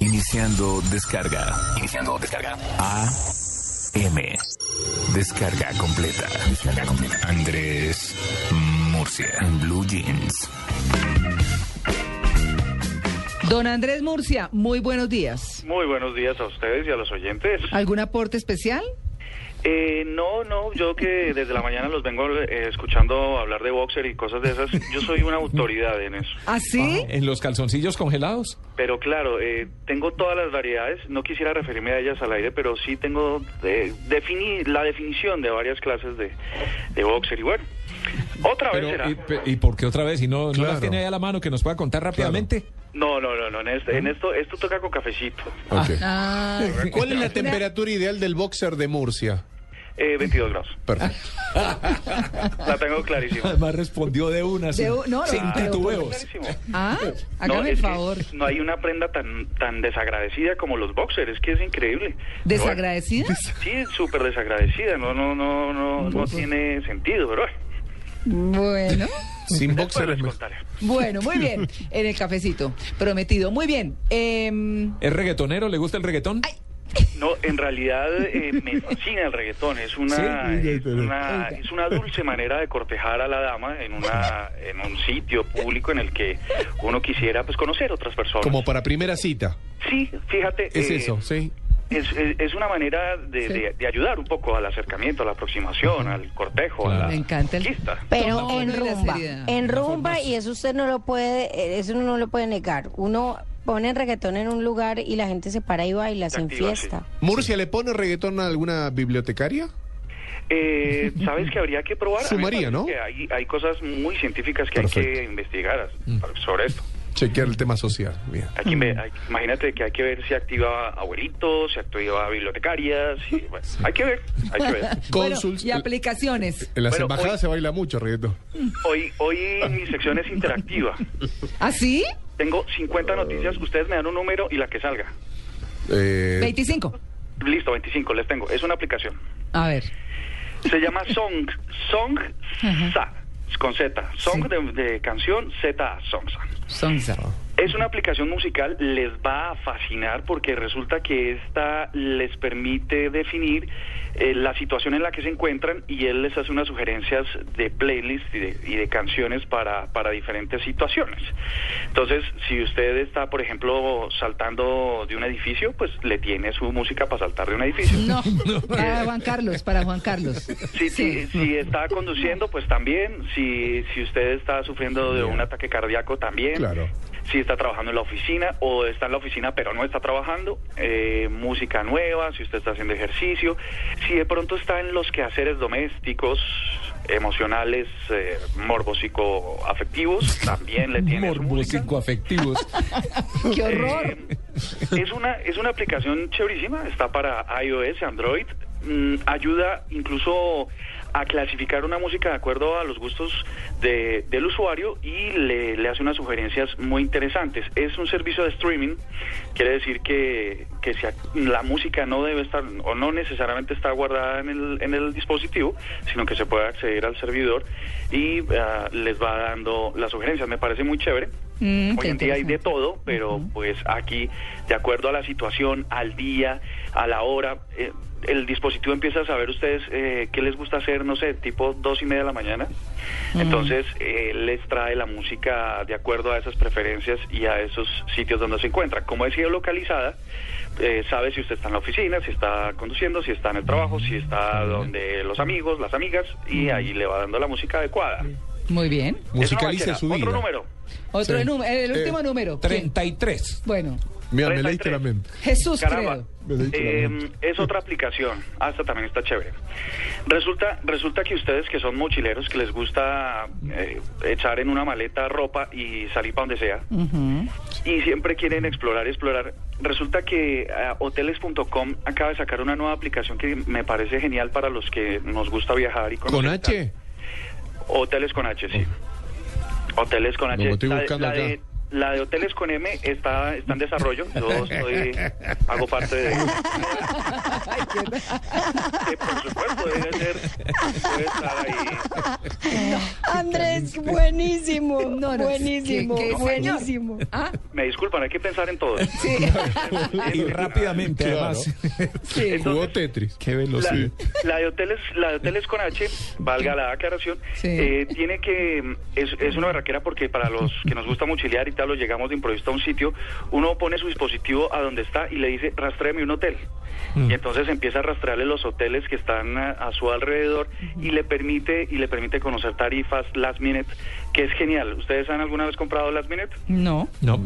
Iniciando descarga. Iniciando descarga. A. M. Descarga completa. Descarga completa. Andrés Murcia. en Blue Jeans. Don Andrés Murcia, muy buenos días. Muy buenos días a ustedes y a los oyentes. ¿Algún aporte especial? Eh, no, no, yo que desde la mañana los vengo eh, escuchando hablar de boxer y cosas de esas, yo soy una autoridad en eso. ¿Así? ¿En los calzoncillos congelados? Pero claro, eh, tengo todas las variedades, no quisiera referirme a ellas al aire, pero sí tengo eh, defini- la definición de varias clases de, de boxer. Y bueno, otra vez Pero, será. ¿y, eh, pe- y por qué otra vez? ¿Y no, no las Claro. tiene ahí a la mano que nos pueda contar rápidamente? No, no, no, no, en, este- en esto esto toca con cafecito. Ah, ¿Cuál es la temperatura ideal del boxer de Murcia? Eh, 22 grados, Perfecto. la tengo clarísima. Además respondió de una, sin, De u- no, sin no, pero- titubeos. Clarísimo. ah, No, hágame el es que favor. No hay una prenda tan, tan desagradecida como los boxers, es que es increíble. ¿Desagradecida? Sí, súper desagradecida, no, no, no, no, no tiene sentido, pero bueno, Bueno, Sin después boxer es les mejor. contaré. bueno, muy bien. En el cafecito. Prometido. Muy bien. Em, ¿Es reggaetonero? ¿Le gusta el reggaetón? No, en realidad eh, me fascina el reggaetón, es una, Sí, es una, Oiga. es una dulce manera de cortejar a la dama en una, en un sitio público en el que uno quisiera pues conocer otras personas. Como para primera cita. Sí, fíjate. Es eh, eso, sí. Es, es- es una manera de, Sí. de- de ayudar un poco al acercamiento, a la aproximación, al cortejo, a la me encanta el... conquista. No, Pero no en es la rumba, seriedad. en rumba y eso usted no lo puede, eh, eso uno no lo puede negar. Uno pone reggaetón en un lugar y la gente se para y baila, Se se activa, fiesta. ¿Murcia le pone reggaetón a alguna bibliotecaria? Eh, Sabes que habría que probar. A mí me parece Sumaría, ¿no? que hay, hay cosas muy científicas que hay que Perfecto. investigar Mm. sobre esto. Chequear el tema social. Bien. Hay que inve- hay- imagínate que hay que ver si activa abuelitos, si activa bibliotecarias. y, bueno, Hay que ver, hay que ver. Bueno, Cónsuls- y aplicaciones. En las Bueno, embajadas hoy- se baila mucho reggaetón. Hoy, hoy mi sección es interactiva. ¿Así? Tengo 50 noticias, ustedes me dan un número y la que salga. Eh, 25. Listo, 25, les tengo. Es una aplicación. A ver. Se llama Song, Song Ajá. Sa, con Z. Song Sí. de, de canción, Z, Song Sa. Sonza. Es una aplicación musical, les va a fascinar porque resulta que esta les permite definir eh, la situación en la que se encuentran y él les hace unas sugerencias de playlists y de, y de canciones para, para diferentes situaciones. Entonces, si usted está, por ejemplo, saltando de un edificio, pues le tiene su música para saltar de un edificio. No, para Juan Carlos, para Juan Carlos. Si, si, si está conduciendo, pues también. Si, si usted está sufriendo de un ataque cardíaco, también. Claro. Si está trabajando en la oficina o está en la oficina pero no está trabajando. eh, música nueva, si usted está haciendo ejercicio. Si de pronto está en los quehaceres domésticos, emocionales, eh, afectivos también le tiene su música. Morbosico afectivos. ¡Qué horror! Eh, es una es una aplicación chéverísima, está para iOS, Android, mm, ayuda incluso a clasificar una música de acuerdo a los gustos de- del usuario y le, le hace unas sugerencias muy interesantes. Es un servicio de streaming, quiere decir que, que si a- la música no debe estar o no necesariamente está guardada en el, en el dispositivo, sino que se puede acceder al servidor y ah, les va dando las sugerencias. Me parece muy chévere. Mm, Hoy qué en día hay de interesante. todo, pero pues aquí, de acuerdo a la situación, al día, a la hora, eh, el dispositivo empieza a saber ustedes eh, qué les gusta hacer, no sé, tipo dos y media de la mañana. Entonces, eh, les trae la música de acuerdo a esas preferencias y a esos sitios donde se encuentra. Como es geolocalizada, eh, sabe si usted está en la oficina, si está conduciendo, si está en el trabajo, si está donde los amigos, las amigas, y ahí le va dando la música adecuada. Muy bien. Es una Musicalice bachera. su vida. Otro número. Otro Sí. número, el último Eh, número. ¿Quién? 33. Bueno, Mira, me leíste 33. la mente. Jesús Caramba, Credo. Me leíste la eh, mente. es otra aplicación. Hasta también está chévere. Resulta, resulta que ustedes que son mochileros, que les gusta eh, echar en una maleta ropa y salir para donde sea, y siempre quieren explorar, explorar, resulta que eh, hoteles.com acaba de sacar una nueva aplicación que me parece genial para los que nos gusta viajar y ¿Con conocer. H? Hoteles con H, sí. Hoteles con H. Oh. Lo estoy La de- buscando la, acá. de, la de hoteles con M está, está en desarrollo. Yo soy, hago parte de. Que, por supuesto debe ser. Debe estar ahí. Andrés, buenísimo. No, no, buenísimo, ¿qué- qué señor? buenísimo. Ah, Me disculpan, hay que pensar en todo. sí. Y rápidamente, Claro. además. sí. Jugó Tetris. Qué La, velocidad. la de hoteles, la de hoteles con H, valga la aclaración, Sí. eh, tiene que es, es una barraquera porque para los que nos gusta mochilear y tal, o llegamos de improviso a un sitio, uno pone su dispositivo a donde está y le dice rastréame un hotel. Y entonces empieza a rastrearle los hoteles que están a, a su alrededor y le permite y le permite conocer tarifas last minute, que es genial. ¿Ustedes han alguna vez comprado last minute? No. No.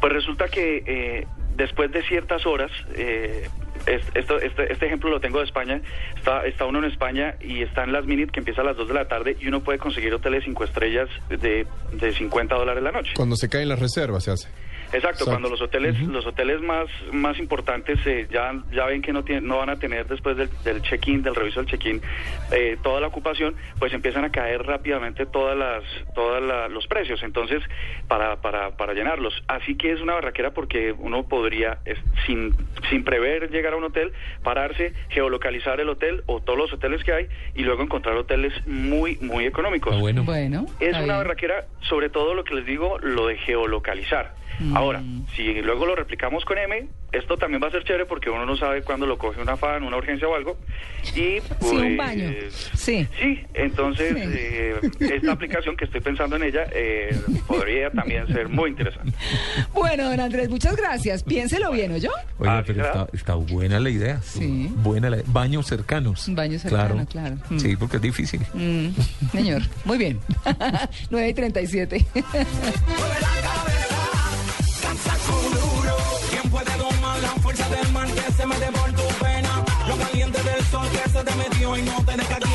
Pues resulta que eh, después de ciertas horas, eh, es- esto- este, este ejemplo lo tengo de España, está, está uno en España y está en las minutes que empieza a las 2 de la tarde y uno puede conseguir hoteles 5 estrellas de, de 50 dólares la noche. Cuando se caen las reservas se hace. Exacto, Exacto. cuando los hoteles los hoteles más más importantes eh, ya ya ven que no tienen, no van a tener después del, del check-in, del reviso del check-in eh, toda la ocupación, pues empiezan a caer rápidamente todas las todas la- los precios, entonces para, para para llenarlos. Así que es una barraquera porque uno podría es- sin sin prever llegar a un hotel, pararse, geolocalizar el hotel o todos los hoteles que hay y luego encontrar hoteles muy muy económicos. Ah, bueno. Bueno. Es está una bien. barraquera, sobre todo lo que les digo, lo de geolocalizar. Mm. Ahora, si luego lo replicamos con M, esto también va a ser chévere porque uno no sabe cuándo lo coge una fan, una urgencia o algo. Y pues, Sí, un baño. Sí. Sí, entonces Sí. eh, esta aplicación que estoy pensando en ella eh, podría también ser muy interesante. Bueno, don Andrés, muchas gracias. Piénselo bien, ¿oyó? Oye, Ah, ¿sí pero será? está, está buena la idea. Sí. Buena la Baños cercanos. Baños cercanos, claro. Mm. Sí, porque es difícil. Mm, señor, muy bien. 9 y 37. Lo caliente del sol que se te metió y no te deja